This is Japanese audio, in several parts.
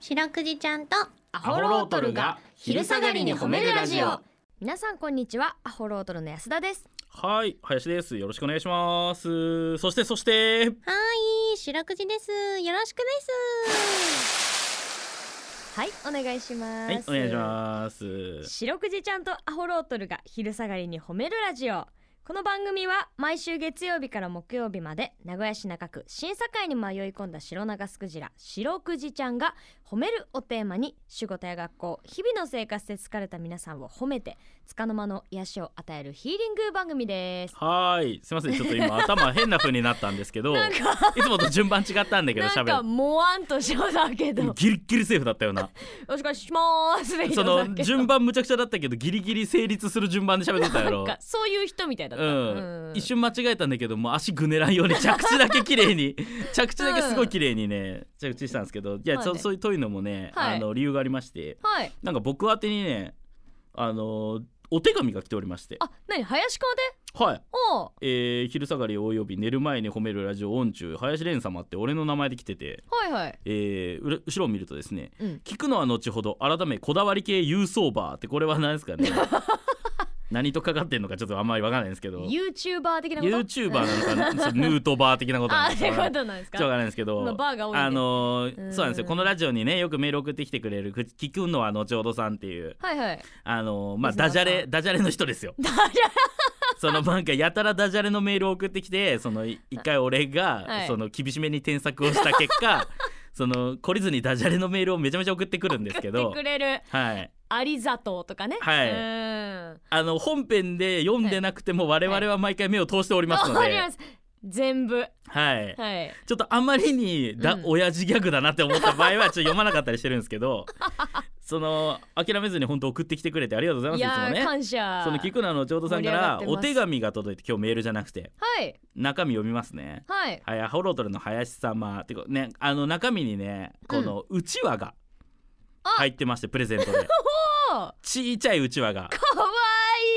白くじちゃんとアホロートルが昼下がりに褒めるラジオ皆さんこんにちはアホロートルの安田ですはい、林です。よろしくお願いします。そしてそして、はい白くじですよろしくですはいお願いしますはい、お願いします。白くじちゃんとアホロートルが昼下がりに褒めるラジオこの番組は毎週月曜日から木曜日まで名古屋市中区審査会に迷い込んだ白長スクジラ白くじちゃんが褒めるおテーマに仕事や学校日々の生活で疲れた皆さんを褒めて束の間の癒しを与えるヒーリング番組ですはい、すみません。ちょっと今頭変な風になったんですけど、なんいかつもと順番違ったんだけどなん喋かる。もわんとしましたけどよギリギリセーフだったような。ろ しくお願いしますでそのしたけど順番むちゃくちゃだったけど、ギリギリ成立する順番で喋ってたやなんろか。そういう人みたいだった、うんう、ん一瞬間違えたんだけどもう足ぐねらんように着地だけ綺麗 に着地だけすごい綺麗にね着地したんですけどいや、まあねそそういうというのもね、はいあの理由がありましてはいなんか僕宛てにねあのお手紙が来ておりましてあ何林くん宛てはい、おうえー昼下がりおよび寝る前に褒めるラジオ音中林蓮様って俺の名前で来てて、はいはいえーうら後ろを見るとですねうん聞くのは後ほど改めこだわり系郵送バーってこれは何ですか ね何とかかってんのかちょっとあんまりわかんないんですけどユーチューバー的なことユーチューバーなのかなそうヌートバー的なことなあそのういうこかなとなんですちょっとわかかんないですけど、まあバーが多いねあのーうんそうなんですよこのラジオにねよくメール送ってきてくれるく聞くのは後ほどさんっていうはいはいあのーまあリスナーダジャさレダジャレの 人ですよそのなんかやたらダジャレのメールを送ってきてそのい一回俺が、はいその厳しめに添削をした結果 その懲りずにダジャレのメールをめちゃめちゃ送ってくるんですけ送っどてくれるはいありざとうとかねはいうんあの本編で読んでなくても我々は毎回目を通しておりますのわかで、ります全部はい、はいちょっとあまりにだ、うん親父ギャグだなって思った場合はちょっと読まなかったりしてるんです けどその諦めずに本当送ってきてくれてありがとうございいますいつやもーね感謝その聞くなのちょうどさん盛かり上がっらてますお手紙が届いて今日メールじゃなくてはい中身読みますねはいはいアホロートルの林様ってこねあの中身にねこのうちわがあ入ってましてプレゼント でおーちいちゃいうちわがかわ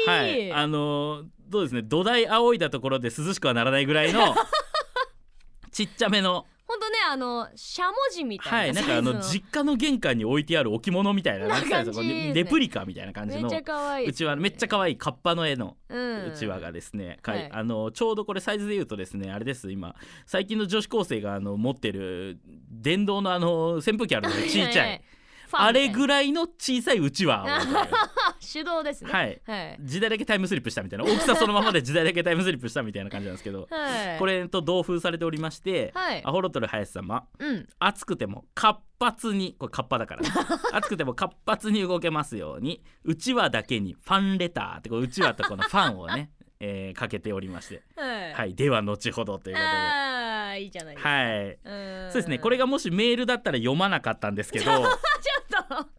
はいいいあのどうですね土台仰いだところで涼しくはならないぐら いのちっちゃめのほんとねあのしゃもじみはたいいななんかサあイズの実家の玄関に置いてある置物みたいなななんか感じこうですねレプリカみたいな感じめのっちゃかわいいうちわめっちゃ可愛いカッパの絵のうちわががですね、かはいい、あのちょうどこれサイズで言うとですねあれです今最近の女子高生があの持ってる電動のあの扇風機あるのでちいちゃいあれぐいらいの小さいうちわを 手動ですねはいはい時代だけタイムスリップしたみたいな大きさそのままで時代だけタイムスリップしたみたいな感じなんですけどはいこれと同封されておりまして、はいアホロトル林様うん暑くても活発にこれ活発だから 暑くても活発に動けますようにうちわだけにファンレターってこううちわとこのファンをね、えーかけておりまして、はいはい、では後ほどということああいいじゃないでで、すか。はい、ーんそうですねこれがもしメールだったら読まなかった んですけど、ちょっと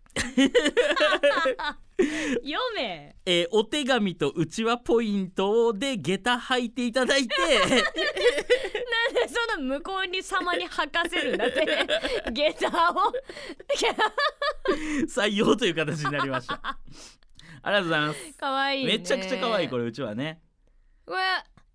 読め えーお手紙とうちわポイントで下駄履いていただ いてなんでその向こうに様に吐かせるんだって 下駄を 採用という形になりました。ありがとうございます。可愛いねめちゃくちゃ可愛いこれれうちわね。これ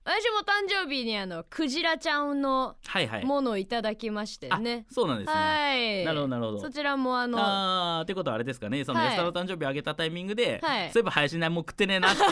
私も誕生日にあのクジラちゃんのはいはい。ものをいただきましてあねそうなんですね。はいなるほどなるほど。そちらもあのあーってことはあれですかねそのはい安田の誕生日あげたタイミングで、はいそういえば林何も食ってねえなって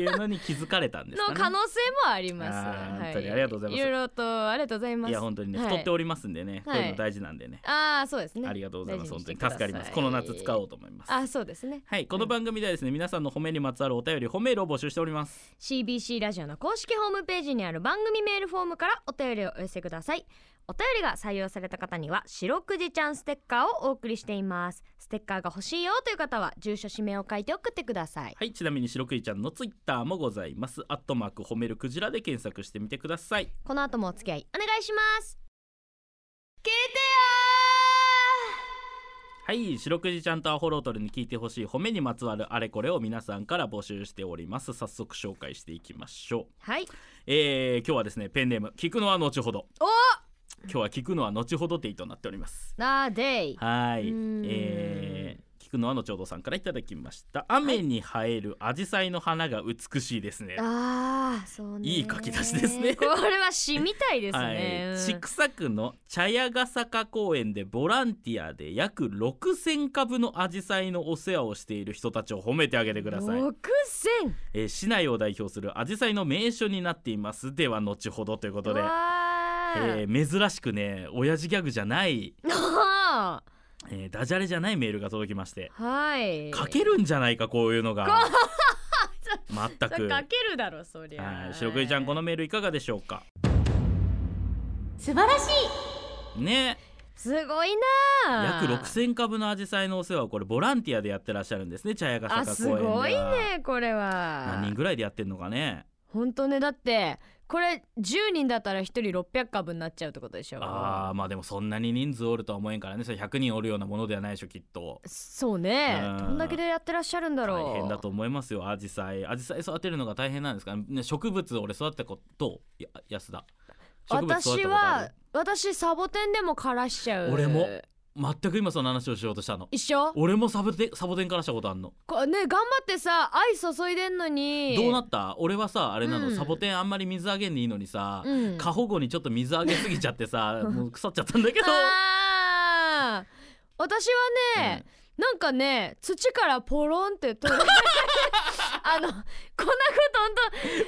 いうのに気づかれたんですか のね可能性もありますあーはい本当にありがとうございますいろいろとありがとうございますいや本当にねはい太っておりますんでね、はいこういうの大事なんでね、ああそうですねありがとうございま大す本事当にに助かりますこの夏使おううと思いますあそうですねはいこの番組ではですね、皆さんの褒めにまつわるお便り褒めるを募集しております CBC ラジオの公式ホームページにある番組メールフォームからお便りをお寄せくださいお便りが採用された方には「白くじちゃんステッカー」をお送りしていますステッカーが欲しいよという方は住所氏名を書いて送ってくださいはいちなみに白くいちゃんのツイッターもございますアットマーク褒めるクジラで検索してみてくださいこの後もお付き合いお願いします聞いてはい白くじちゃんとアホロートルに聞いてほしい褒めにまつわるあれこれを皆さんから募集しております早速紹介していきましょうよーはいえー、今日はですねペンネーム聞くのは後ほどお今日は聞くのは後ほどデートになっておりますなーデイはーうーんい、えー、聞くくのは後ほどさんからいただきました雨に映える紫陽花の花が美しいですね、ああそうねいい書き出しですねこれは詩みたいですね、はい、うん千種区の茶屋ヶ坂公園でボランティアで約6,000株のアジサイのお世話をしている人たちを褒めてあげてください、六千。えー市内を代表するアジサイの名所になっていますでは後ほどということで、わーえー珍しくね親父ギャグじゃない、 あえーダジャレじゃないメールが届きましてーはい。書けるんじゃないかこういうのが 全それくかけるだろそりはゃ。い白くじちゃんこのメールいかがでしょうか素晴らしいねすごいなあ。約6,000株のアジサイのお世話をこれボランティアでやってらっしゃるんですね茶屋ヶあ坂す公園ではごいねこれ何は人。ぐらいでやってんのかね本当ねだってこれ十人だったら一人六百株になっちゃうってことでしょ。あーまあでもそんなに人数おるとは思えんからねそれ100人おるようなものではないでしょきっとそうねうん。どんだけでやってらっしゃるんだろう。大変だと思いますよアジサイアジサイ育てるのが大変なんですかねね植物俺育てたことや安田植物育て私たことあはる私サボテンでも枯らしちゃう。俺も全く今その話をしようとしたの一緒。俺もサボテンサボテンからしたことあんのこね頑張ってさ愛注いでんのにどうなった俺はさあれなの、うんサボテンあんまり水あげんでいいのにさ、うん過保護にちょっと水あげすぎちゃっ てさもう腐っちゃったんだけどあー私はね、なんかね土からポロンって取 れあのこんなこと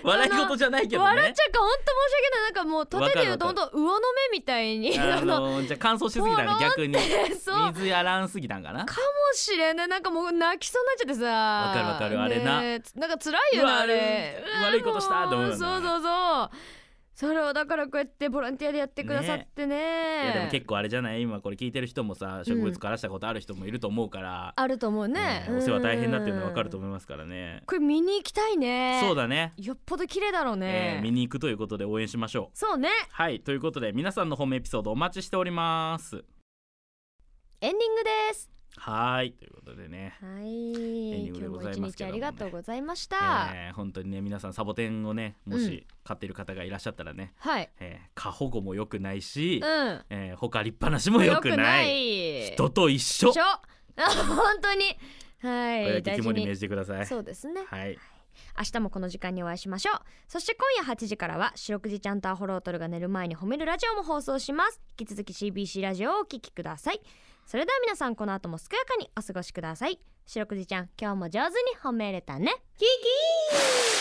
本笑い事じゃないけ当、どね笑っちゃうから本当申し訳ないなんかもうとてで言うとわ本か当魚の目みたいにああののじゃあ乾燥しすぎたね逆にそうかも水やらんすぎたんかなしれないなんかもう泣きそうになっちゃってさわかるわかるあれなねえなんか辛いようわなあれ悪い悪いことしたと思うよんなそうそうそうそれをだからこうやってボランティアでやってくださってねいやでも結構あれじゃない今これ聞いてる人もさ植物枯らしたことある人もいると思うから、あると思うね、うんお世話大変だっていうのは分かると思う思いますからねん、これ見に行きたいねそうだね、よっぽど綺麗だろうねえ、ー見に行くということで応援しましょうそうねはいということで皆さんの本命エピソードお待ちしておりますエンディングですはーいということでね、はいエンディングでございますけど今日も一日あもねりがとうございました、えー本当にね皆さんサボテンをねもうし飼ってる方がいらっしゃったらね、はいえー過保護も良くないし、うんえー他立派なしも良くないい人と一緒とあ 本当にこはいれだけ大事肝に銘にじてくださいそうですねはい明日もこの時間にお会いしましょうそして今夜8時からは白くじちゃんとアホロートルが寝る前に褒めるラジオも放送します引き続き CBC ラジオをお聞きくださいそれでは皆さんこの後も健やかにお過ごしください白くじちゃん今日も上手に褒めれたねキキー